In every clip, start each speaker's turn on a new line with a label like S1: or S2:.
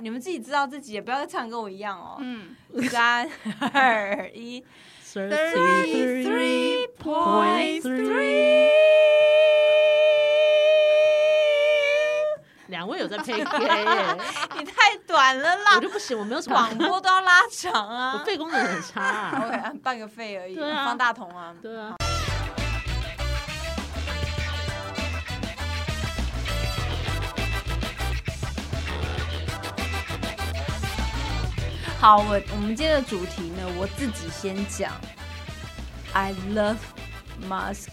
S1: 你们自己知道自己，也不要再唱跟我一样哦。
S2: 嗯
S1: 三二 一
S2: Thirty three point three，
S3: 两位有在配 K 耶，
S1: 你太短了
S3: 哎我
S1: 啦，
S3: 就不行，我没有什么
S1: 广播都要拉长
S3: 我
S1: 啊。
S3: 肺功能很差、
S1: 我
S3: 啊。
S1: 半个肺而已，
S3: 对啊
S1: 方大同啊。
S3: 对啊，
S1: 好，我我们今天的主题呢，我自己先讲。I love Musk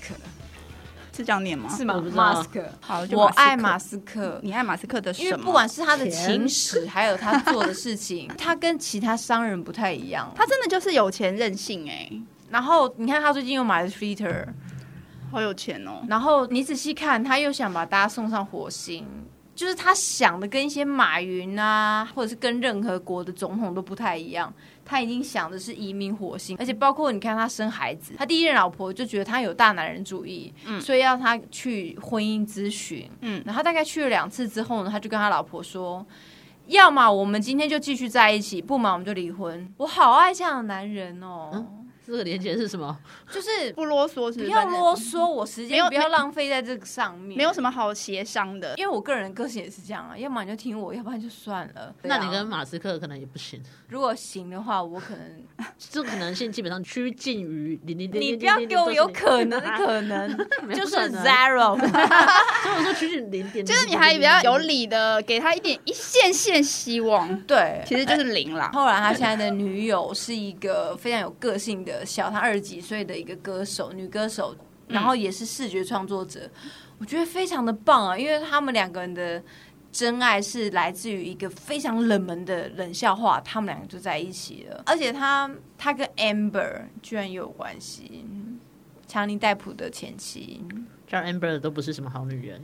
S2: 是这样念吗？
S1: 是吗
S3: 我不知道
S1: ？Musk，
S2: 好，就
S1: 我爱马
S2: 马斯
S1: 斯克
S2: 克，，你爱马斯克的什么？
S1: 因为不管是他的情
S3: 钱
S1: 史，还有他做的事情，他跟其他商人不太一样。
S2: 他真的就是有钱任性哎、
S1: 然后你看他最近又买了 Twitter，
S2: 好有钱哦。
S1: 然后你仔细看，他又想把大家送上火星，就是他想的跟一些马云啊，或者是跟任何国的总统都不太一样。他已经想的是移民火星，而且包括你看他生孩子，他第一任老婆就觉得他有大男人主义，所以要他去婚姻咨询。
S2: 嗯
S1: 然后他大概去了两次之后呢，他就跟他老婆说。要么我们今天就继续在一起，不嘛我们就离婚。我好爱这样的男人哦，
S2: 嗯
S3: 这个连接是什么？
S1: 就是
S2: 不啰嗦是不
S1: 不
S2: 是
S1: 要啰，嗦，我时
S2: 嗯没
S1: 间
S2: 有
S1: 不要浪费在这个上面。
S2: 没有什么好协商的。
S1: 因为我个人个性也是这样啊，要么你就听我，要不然就算了。
S3: 那你
S1: 对啊
S3: 跟马斯克可能也不行，
S1: 如果行的话，我可能
S3: 这个可能性基本上趋近于零零零。
S1: 你不要给我有可 能的可能，就是 zero。
S3: 所以我说趋近零点，
S2: 就是你还比较有理的，给他一点一线线希望，
S1: 对，
S2: 其实就是零啦。
S1: 后来他现在的女友是一个非常有个性的小他二十几岁的一个歌手，女歌手，然后也是视觉创作者，我觉得非常的棒啊，因为他们两个人的。真爱是来自于一个非常冷门的冷笑话，他们两个就在一起了，而且他他跟 Amber 居然也有关系，强尼戴普的前妻。
S3: 叫 Amber 都不是什么好女人，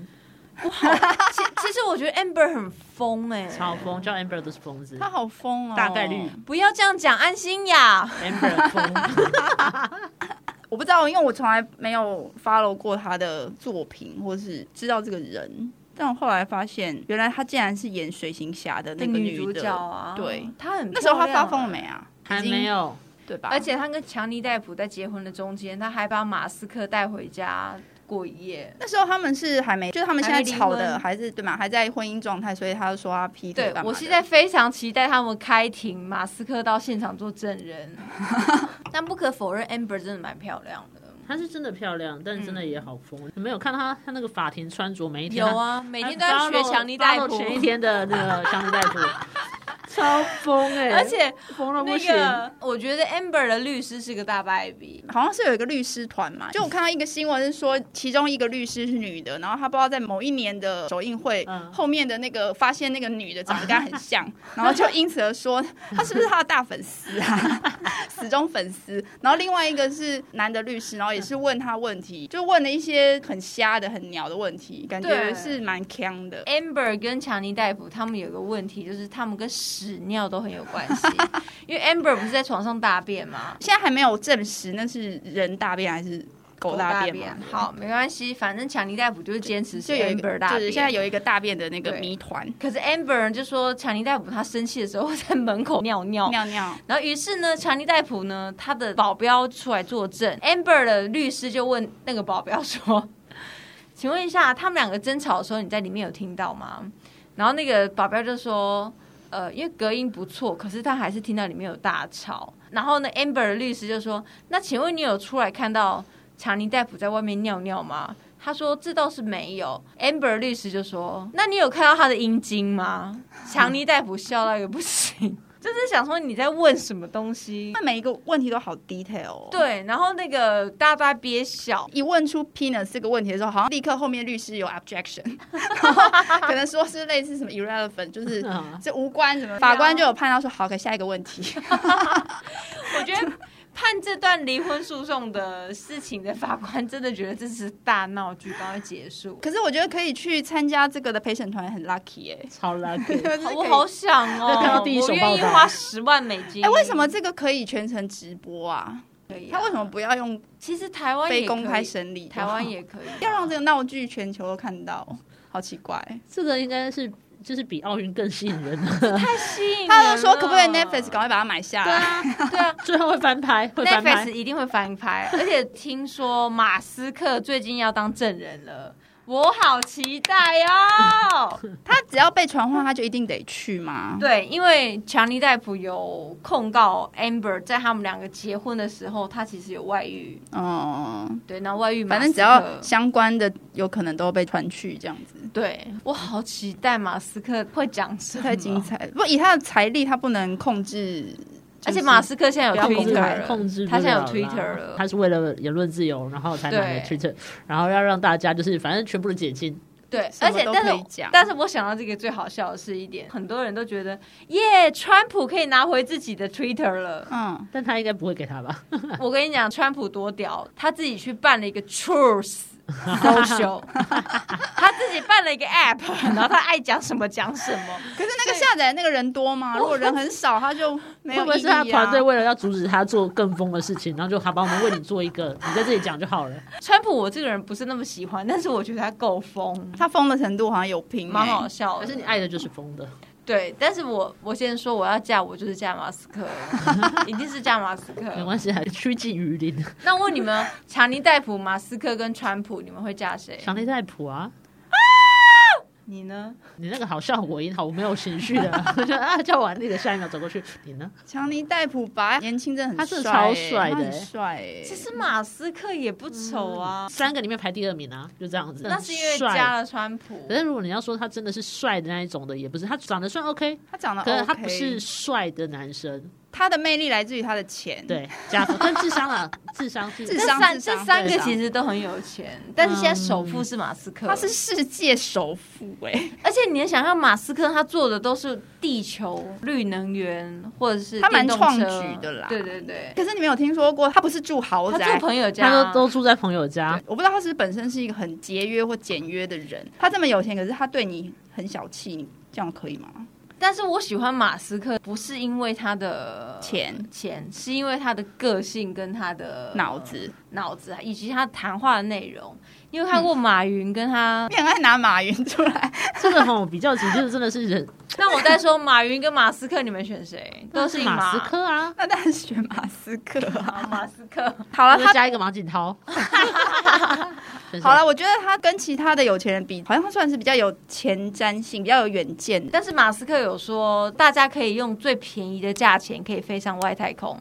S1: 其其实我觉得 Amber 很疯哎、
S3: 超疯，叫 Amber 都是疯子，
S2: 他好疯哦，
S3: 大概率
S1: 不要这样讲，安心呀。
S3: Amber 疯。
S2: 我不知道，因为我从来没有 follow 过他的作品，或是知道这个人。但我后来发现，原来他竟然是演水行侠的那个
S1: 女主
S2: 的
S1: 角啊，
S2: 对，
S1: 她很
S2: 那时候他
S1: 漂亮
S2: 发
S1: 啊
S2: 疯了没啊？
S3: 还没有，
S2: 对吧？
S1: 而且他跟强尼戴普在结婚的中间，他还把马斯克带回家过一 夜。
S2: 那时候他们是还没，就是他们现在吵
S1: 还没离
S2: 的
S1: 婚
S2: 还是对嘛，还在婚姻状态，所以他就说他劈腿
S1: 对
S2: 干嘛，的。
S1: 我现在非常期待他们开庭，马斯克到现场做证人。 但不可否认，Amber 真的蛮漂亮的。
S3: 她是真的漂亮，但真的也好疯。你没有看她，她那个法庭穿着每一天
S1: 嗯有啊，每天都要学强尼戴
S3: 带
S1: 普，
S3: 前一天的那个强尼戴普，超疯哎、
S1: 而且
S3: 疯了不
S1: 那
S3: 行。
S1: 个我觉得 Amber 的律师是个大败笔。
S2: 好像是有一个律师团嘛，就我看到一个新闻是说，其中一个律师是女的，然后她不知道在某一年的首映会、
S3: 嗯
S2: 后面的那个发现那个女的长得跟她很像，然后就因此而说她是不是她的大粉丝啊， 死忠粉丝。然后另外一个是男的律师，然后也是问她问题，就问了一些很瞎的、很鸟的问题，感
S1: 对
S2: 觉是蛮呛的。
S1: Amber 跟强尼戴普他们有个问题，就是他们跟屎尿都很有关 系，因为 Amber 不是在床上大便吗？
S2: 现在还没有证实那是人大便还是狗大便嘛？
S1: 好，没关系，反正强尼戴普就是坚持是
S2: 就有一
S1: Amber
S2: 个，
S1: 大
S2: 就
S1: 便。
S2: 是现在有一个大便的那个
S1: 对
S2: 谜团，
S1: 可是 Amber 就说强尼戴普他生气的时候 在门口尿尿。
S2: 尿尿。
S1: 然后，于是呢，强尼戴普呢，他的保镖出来作证，Amber 的律师就问那个保镖说：“请问一下，他们两个争吵的时候，你在里面有听到吗？”然后那个保镖就说：“呃，因为隔音不错，可是他还是听到里面有大吵。”然后呢，Amber 的律师就说：“那请问你有出来看到强尼戴普在外面尿尿吗？”他说：“这倒是没有。”Amber 的律师就说：“那你有看到他的阴茎吗？”强尼戴普笑到也不行。 就是想说你在问什么东西？
S2: 那每一个问题都好 detail 哦。，
S1: 对，然后那个大家都在憋笑，
S2: 一问出 penis 这个问题的时候，好像立刻后面律师有 objection，然后可能说是类似什么 irrelevant，就是
S3: 嗯
S2: 这无关什么。法官就有判到说，好，可下一个问题。
S1: 我觉得判这段离婚诉讼的事情的法官真的觉得这是大闹剧，赶快结束。
S2: 可是我觉得可以去参加这个的陪审团很 lucky 哎、
S3: 超 lucky，
S2: 就是可以
S1: 我好想哦，
S3: 看到第一手
S1: 我
S3: 报
S1: 愿
S3: 道
S1: 意花十万美金。
S2: 哎、为什么这个可以全程直播啊？
S1: 可以啊、
S2: 他为什么不要用
S1: 其实台湾也
S2: 非公开
S1: 可以
S2: 审理就好？
S1: 台湾也可以啊、
S2: 要让这个闹剧全球都看到，好奇怪。
S3: 这个应该是就是比奥运更吸引人了。
S1: 太吸引人了。
S2: 他都说可不可以 Netflix 赶快把它买下
S1: 对
S2: 来？
S1: 啊，对啊
S3: 最后会翻拍，会翻
S1: ，Netflix
S3: 拍。
S1: 一定会翻拍。而且听说马斯克最近要当证人了，我好期待哦。
S2: 他只要被传唤，他就一定得去吗？
S1: 对，因为强尼戴普有控告 Amber 在他们两个结婚的时候，他其实有外遇。
S2: 哦、
S1: 对，那外遇马斯克，
S2: 反正只要相关的，有可能都被传去这样子。
S1: 对我好期待马斯克会讲什么，
S2: 太精！彩了！不，以他的财力，他不能控制。
S1: 而且马斯克现在
S2: 不
S1: 有
S2: 要
S3: 控制
S1: Twitter 了，
S3: 控制不
S1: 他现在有
S3: 了啦
S1: Twitter 了
S3: 他是为了言论自由，然后才买了
S1: 对
S3: Twitter，然后要让大家就是反正全部都解禁，
S1: 对，
S2: 什
S1: 而
S2: 么
S1: 且
S2: 都
S1: 但
S2: 可以
S1: 是
S2: 讲
S1: 但是我想到这个最好笑的是一点，很多人都觉得耶，川普可以拿回自己的 Twitter 了。
S2: 嗯，
S3: 但他应该不会给他吧？
S1: 我跟你讲，川普多屌，他自己去办了一个 Truth Social，他自己办了一个 App，然后他爱讲什么讲什么。
S2: 可是那个下载那个人多吗？如果人很少，他 就没
S3: 会
S2: 有
S3: 不会
S2: 意
S3: 是
S2: 义
S3: 他
S2: 啊。
S3: 团队为了要阻止他做更疯的事情， 然后就好吧，我们为你做一个，你在这里讲就好了。
S1: 川普我这个人不是那么喜欢，但是我觉得他够疯，
S2: 他疯的程度好像有拼、欸，
S1: 蛮好笑的。
S3: 可是你爱的就是疯的，
S1: 对，但是我我先说我要嫁，我就是嫁马斯克，一定是嫁马斯克。
S3: 没关系，还趋近于零。
S1: 那问你们，强尼戴普、马斯克跟川普，你们会嫁谁？
S3: 强烈在谱啊！
S1: 你呢？
S3: 你那个好像我音好，我没有情绪的，就啊 叫完那个下一秒走过去，你呢？
S2: 强尼戴普吧，年轻真的
S3: 他
S2: 很
S3: 真的
S2: 帅欸、
S3: 超帅的
S2: 他很
S3: 欸
S2: 帅、欸。
S1: 其实马斯克也不丑啊，
S3: 三个里面排第二名啊，就这样子。
S1: 那是因为
S3: 嗯帅
S1: 加了川普
S3: 可。是如果你要说他真的是帅的那一种的，也不是，他长得算 OK，
S2: 他长得、
S3: 可
S2: OK，
S3: 是他不是帅的男生，
S2: 他的魅力来自于他的钱。，
S3: 对，加分。但智商啊，智商是
S2: 智
S1: 这
S2: 商
S1: 三
S2: 智
S1: 这
S2: 商
S1: 三个
S3: 智商
S1: 其实都很有钱，但是现在首富是马斯克，
S2: 嗯他是世界首富哎、
S1: 而且你能想象马斯克他做的都是地球绿能源或者是
S2: 他蛮
S1: 电动车
S2: 创举的啦
S1: 对对对，
S2: 可是你没有听说过，他不是住豪
S1: 他
S2: 宅
S1: 住，朋友家
S3: 他都都住在朋友家
S2: 对，我不知道他是不是本身是一个很节约或简约的人。他这么有钱，可是他对你很小气，你这样可以吗？
S1: 但是我喜欢马斯克，不是因为他的
S2: 钱
S1: 钱，是因为他的个性跟他的
S2: 脑子
S1: 脑子，啊以及他谈话的内容。你有
S2: 嗯
S1: 看过马云跟他？
S2: 你很爱拿马云出来，
S3: 这个吼比较急，就是真的是人，
S1: 那我在说马云跟马斯克，你们选谁？都是
S3: 马斯克啊，
S2: 那当然选马斯克啊。
S1: 好，马斯克。
S2: 好了，
S3: 然后
S2: 他
S3: 加一个马景涛。
S2: 好了，我觉得他跟其他的有钱人比，好像他算是比较有前瞻性、比较有远见的。
S1: 但是马斯克有说，大家可以用最便宜的价钱可以飞上外太空，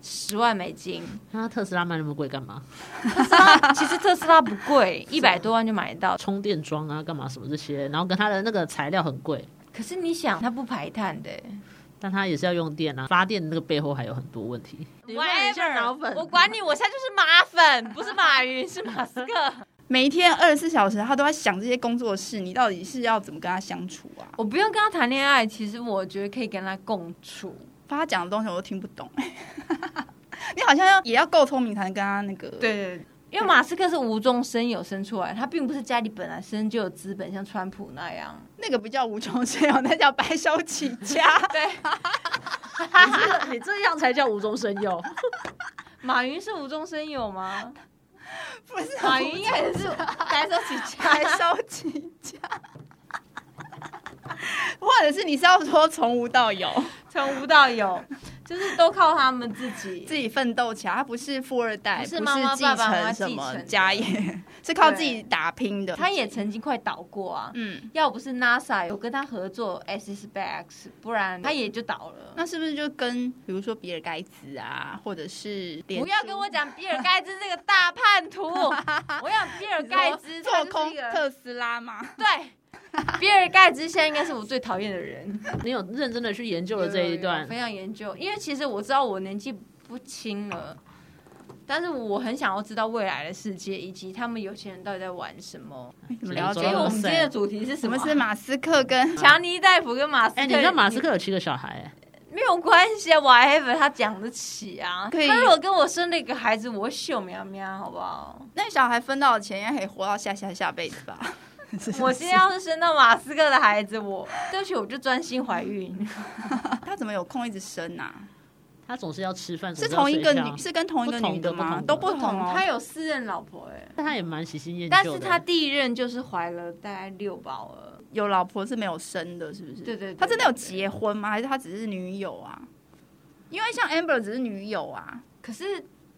S1: 十万美金。
S3: 那特斯拉卖那么贵干嘛？
S1: 其实特斯拉不 贵，一百多万就买得到。
S3: 充电桩啊，干嘛什么这些，然后跟它的那个材料很贵，
S1: 可是你想，它不排碳的、
S3: 但它也是要用电啊，发电那个背后还有很多问题。你问一下脑粉，
S1: 我管你，我现在就是马粉， 不是马云，是马斯克。
S2: 每一天二十四小时，他都在想这些工作室，你到底是要怎么跟他相处啊？
S1: 我不用跟他谈恋爱，其实我觉得可以跟他共处。
S2: 把他讲的东西我都听不懂。欸 你好像要也要够聪明才能跟他那个。，
S1: 对对。因为马斯克是无中生有生出来，他并不是家里本来生就有资本，像川普那 样。
S2: 那个不叫无中生有，那叫白手起家。
S1: 对，
S3: 你这你这样才叫无中生有。
S1: 马云是无中生有吗？
S2: 不是啊
S1: 马云应该也是白手起
S2: 白
S1: 家。
S2: 手起家，或者是你是要说从无到有，
S1: 从无到有，就是都靠他们自己。
S2: 自己奋斗起来，他不是富二代，
S1: 不
S2: 不
S1: 是妈妈
S2: 继
S1: 爸爸妈妈
S2: 承什
S1: 继
S2: 么
S1: 承的
S2: 家业，是靠自己打拼的。
S1: 他也曾经快倒过啊，
S2: 嗯，
S1: 要不是 NASA 有跟他合作 SpaceX，不
S2: 嗯
S1: 然他也就倒了。
S2: 那是不是就跟比如说比尔盖茨啊，或者是脸
S1: 不要
S2: 书
S1: 跟我讲比尔盖茨这个大叛 徒，我想比尔盖茨他
S2: 做
S1: 就是
S2: 空
S1: 一个
S2: 特斯拉吗？
S1: 对，比尔盖茨现在应该是我最讨厌的人。
S3: 你有认真的去研究了这一
S1: 有有
S3: 段
S1: 有，非常研究，因为其实我知道我年纪不轻了，但是我很想要知道未来的世界以及他们有钱人到底在玩什么。
S2: 怎么聊
S3: 所
S2: 这
S1: 所以
S3: 以
S2: 个
S1: 我们
S2: 东西
S1: 今天的主题哎是什
S2: 什
S1: 么
S2: 么
S1: 啊？
S2: 是马斯克 跟
S1: 强尼戴普跟马斯克？
S3: 哎，你知道马斯克有七个小孩哎，
S1: 没有关系啊，whatever，他讲得起啊。
S2: 可以
S1: 他如果跟我生了一个孩子，我会秀喵喵，好不好？
S2: 那小孩分到的钱，应该可以活到下下下辈子吧？
S1: 我今天要是生到马斯克的孩子，我对不起，我就专心怀孕。
S2: 他怎么有空一直生啊？
S3: 他总是要吃饭，
S2: 是
S3: 总要
S2: 同
S3: 睡
S2: 一个
S3: 觉
S2: 女，是跟同一个女的吗？
S3: 不同的
S2: 都
S3: 不
S2: 不同哦。
S1: 他有四任老婆哎、
S3: 但他也蛮喜新厌旧的。
S1: 但是他第一任就是怀了大概六宝了。
S2: 有老婆是没有生的，是不是？
S1: 对对对
S2: 他真的有结婚吗？还是他只是女友啊？因为像 Amber 只是女友啊，
S1: 可是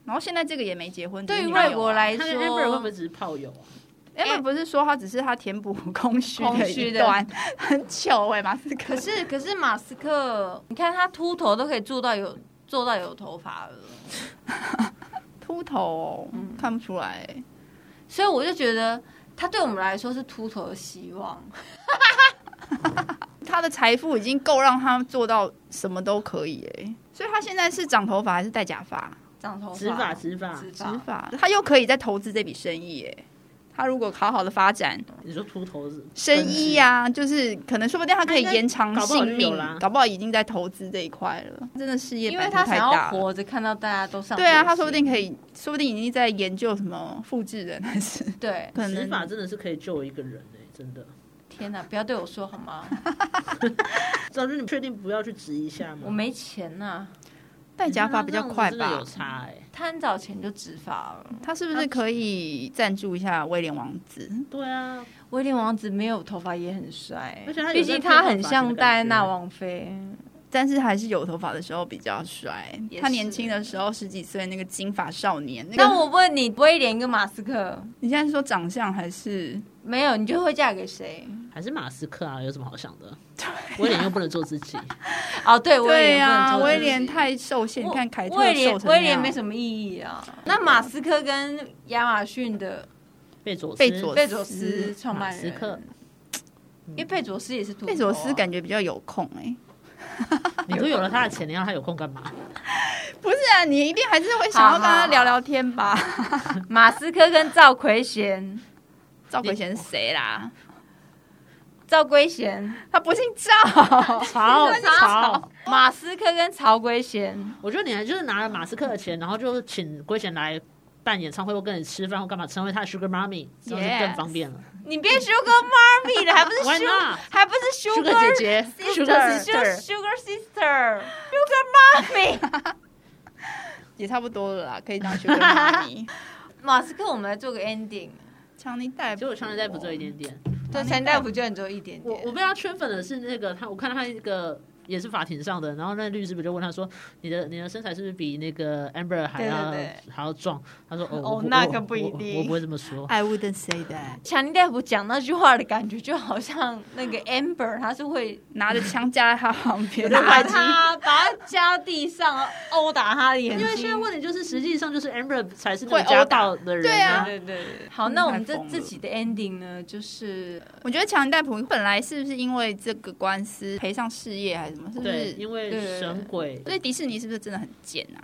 S2: 然后现在这个也没结婚。
S1: 对于
S2: 只是女友啊
S1: 外国来
S3: 他
S1: 说
S3: 跟 Amber 会不会只是炮友啊？
S2: ，Amber 不是说他只是他填补空虚
S1: 空
S2: 的
S1: 虚
S2: 一
S1: 的
S2: 段，很糗哎、马斯克
S1: 可是可是马斯克，你看他秃头都可以做到有做到有头发了，
S2: 秃头哦、
S1: 嗯
S2: 看不出来欸、
S1: 所以我就觉得他对我们来说是秃头的希望。
S2: 他的财富已经够让他做到什么都可以哎、所以他现在是长头发还是戴假发？
S1: 长头发，
S3: 直发直发
S1: 直
S2: 植
S1: 发，
S2: 发，啊他又可以再投资这笔生意耶。他如果好好的发展
S3: 你说秃头是
S2: 生意呀、就是可能说不定他可以延长
S3: 搞不好
S2: 性
S3: 就有
S2: 命
S3: 啦，
S2: 搞不好已经在投资这一块了。真的事业
S1: 因为
S2: 版
S1: 他
S2: 图
S1: 想
S2: 太
S1: 要
S2: 大了。
S1: 活着看到大家都上。
S2: 对啊，他说不定可以，说不定已经在研究什么复制人，还 是
S1: 对，
S2: 可
S3: 直发
S2: 能
S3: 真的是可以救一个人哎、真的。
S1: 天哪，不要对我说好吗？
S3: 早知你确定不要去植一下吗？
S1: 我没钱呐、
S2: 戴假发比较快
S3: 那这样
S2: 吧
S3: 子真的有？差哎、
S1: 他很早前就植发了。
S2: 他是不是可以赞助一下威廉王子？
S3: 对啊，
S1: 威廉王子没有头发也很帅，
S3: 而且他有
S1: 毕竟他很像戴安娜王妃。
S2: 但是还是有头发的时候比较帅
S1: 也。是
S2: 他年轻的时候十几岁那个金发少年，那
S1: 那
S2: 个
S1: 我问你，威廉跟马斯克
S2: 你现在是说长相还是
S1: 没有，你就会嫁给谁？
S3: 还是马斯克啊，有什么好想的？
S1: 啊
S3: 威廉又不能做自己，
S1: 哦，对，
S2: 对
S1: 呀、
S2: 呀、
S1: 不能做自己
S2: 威廉太受限，你看凯特
S1: 威
S2: 瘦
S1: 廉
S2: 成
S1: 威廉没
S2: 么。
S1: 什么意义啊。那马斯克跟亚马逊的
S3: 贝佐斯
S2: 贝佐
S1: 贝佐斯创办人，嗯
S3: 马斯克
S1: 因为贝佐斯也是土、啊
S2: 贝佐斯感觉比较有空哎、
S3: 你都有了他的钱，你让他有空干嘛？
S2: 不是啊，你一定还是会想要跟他聊聊天吧？
S1: 马斯克跟赵奎贤，
S2: 赵奎贤是谁啦？
S1: 赵圭贤，
S2: 他不姓赵，
S3: 吵吵！
S1: 马斯克跟曹圭贤，
S3: 我觉得你还就是拿了马斯克的钱，然后就请龟贤来办演唱会或跟你吃饭或干嘛，成为他的 Sugar Mommy，这样就
S2: Yes
S3: 更方便了。
S1: 你别 Sugar Mommy 了，还不是
S3: Why
S1: Sugar，
S3: not？
S1: 还不是 Sugar
S2: 姐姐
S1: Sugar
S2: Sister
S1: Sugar Sister，Sugar Mommy。
S2: 也差不多了啦，可以当 Sugar Mommy。
S1: 马斯克，我们来做个 ending。
S2: 强尼戴普，
S3: 结果强人在不做一点点。
S1: 对，陈大夫就很多一点
S3: 我我
S1: 点。
S3: 被他圈粉的是那个他，我看到他一个也是法庭上的，然后那律师不就问他说：“你的你的身材是不是比那个 Amber 还要
S1: 对对
S3: 还要壮？”他说：“哦，
S1: 哦
S3: 我
S1: 那
S3: 我
S1: 可不一定
S3: 我我不会这么说。
S2: I wouldn't say that。
S1: 强尼大夫讲那句话的感觉，就好像那个 Amber，他是会
S2: 拿着枪架在他旁边，
S1: 把 他把他夹地上，哦殴打他的眼
S3: 因
S1: 睛。
S3: 为现在问题就是，实际上就是 Amber 才是那
S2: 会
S3: 个
S2: 殴
S3: 家
S2: 打
S3: 暴的人、
S2: 对 啊
S1: 对对对，好，那我们这
S2: 太疯了
S1: 自己的 ending 呢，就是
S2: 我觉得强尼戴普本来是不是因为这个官司赔上事业还是什么？是不
S3: 对，
S2: 是？
S3: 因为神鬼，
S2: 所以迪士尼是不是真的很贱啊？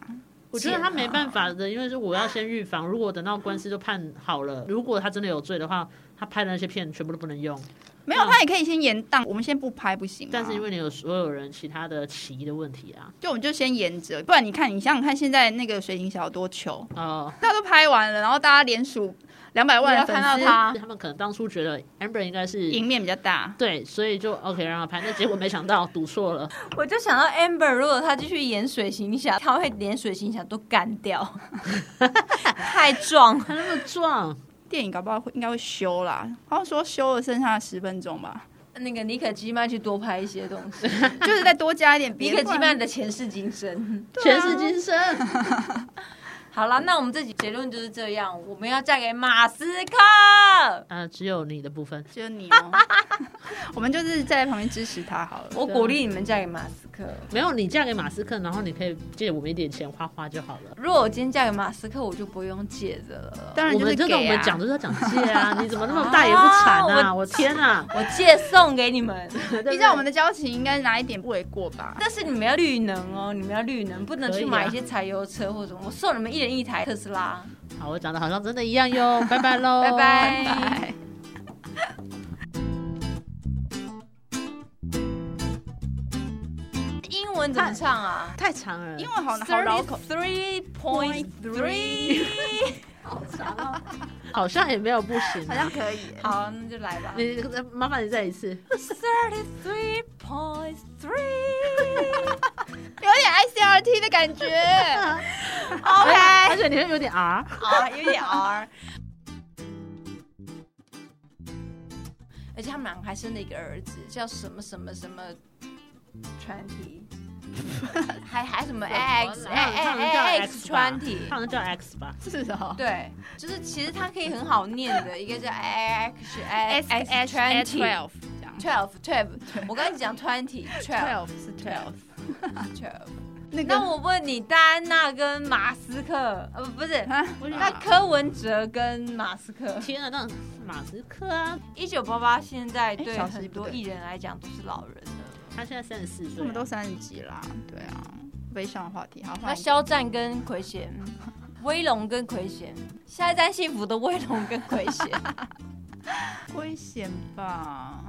S3: 我觉得他没办法的，因为是我要先预防，如果等到官司都判好了，如果他真的有罪的话，他拍的那些片全部都不能用。
S2: 没有，他也可以先延档，我们先不拍不行吗？
S3: 但是因为你有所有人其他的起疑的问题啊，
S2: 就我们就先延着，不然你看，你想想看，现在那个水行侠有多糗，
S3: 呃，
S2: 他都拍完了，然后大家连署两百万的
S1: 不
S2: 粉
S1: 要看到
S2: 丝，
S1: 他
S3: 他们可能当初觉得 Amber 应该是
S2: 赢面比较大。
S3: 对，所以就 OK 让他拍，那结果没想到赌错 了，
S1: 我就想到 Amber，如果她继续演水行侠，她会连水行侠都干掉， 太壮了。
S3: 他那么壮，
S2: 电影搞不好会应该会修啦，好像说修了剩下十分钟吧，
S1: 那个妮可基曼去多拍一些东 西，
S2: 就是再多加一 点
S1: 妮
S2: 别
S1: 可
S2: 的。
S1: 基曼的前世今生。
S3: 前
S2: 啊
S3: 世今生，
S1: 好了，那我们这集结论就是这样，我们要嫁给马斯克。
S3: 呃，只有你的部分，
S2: 就是你哦， 我们就是在旁边支持他好了。
S1: 我鼓励你们嫁给马斯克。
S3: 没有你嫁给马斯克，然后你可以借我们一点钱花花就好了。
S1: 如果我今天嫁给马斯克，我就不用戒指了。
S2: 当然
S3: 我
S2: 就是
S3: 们这
S2: 给
S3: 个
S2: 啊，
S3: 我们讲都是要讲戒啊，你怎么那么大言不惭啊？
S1: 啊
S3: 我天啊！
S1: 我借送给你们，
S2: 依照我们的交情，应该拿一点不为过吧。
S1: 但是你们要绿能哦，你们要绿能，不能
S3: 可以
S1: 去
S3: 啊
S1: 买一些柴油车或什么。我送你们一人一台特斯拉。
S3: 好，我讲的好像真的一样哟，拜拜喽，
S1: 拜哦拜
S2: 拜。
S1: 英文怎么唱啊？
S3: 太长了，
S2: 英文好好绕口，
S1: Three point three，
S3: 好像也没有不行
S2: 好
S3: 啊、
S2: 像可以耶。
S1: 好，那就来吧。
S3: 你麻烦你再一次，
S1: Thirty three point three，OK，
S2: 有点 ICRT 的感觉。
S3: 而且你会有点 R。
S1: 好，有点 R。而且他们两个还生了一个儿子，叫什么什么什么传体，还还 什么 X
S4: 怎么了
S1: X
S3: 他好像叫
S1: 哎 X
S3: X 吧
S1: 传体，
S3: 他好像叫 X 吧，
S2: 是哦，
S1: 对，就是其实它可以很好念的，一个叫 X
S2: ，S
S1: X
S2: H
S1: twenty
S2: A twelve 这样
S1: twelve twelve，我跟你讲 twenty twelve
S2: ，twelve 是 twelve，
S1: twelve。
S2: 那
S1: 那
S2: 个
S1: 我问你，戴安娜跟马斯克，呃，不是，
S2: 啊，
S3: 我觉
S1: 那
S3: 得
S1: 柯文哲跟马斯克，
S3: 天啊，那马斯克啊，
S1: 一九八八现在对
S2: 哎小时
S1: 很
S2: 不
S1: 多
S2: 对
S1: 艺人来讲都是老人了。
S3: 他现在三十四岁啊，
S2: 我们都三十几啦，对啊，悲伤的话题，好，
S1: 那
S2: 换
S1: 肖战跟奎贤，威龙跟奎贤，下一站幸福的威龙跟奎贤，
S2: 危险吧？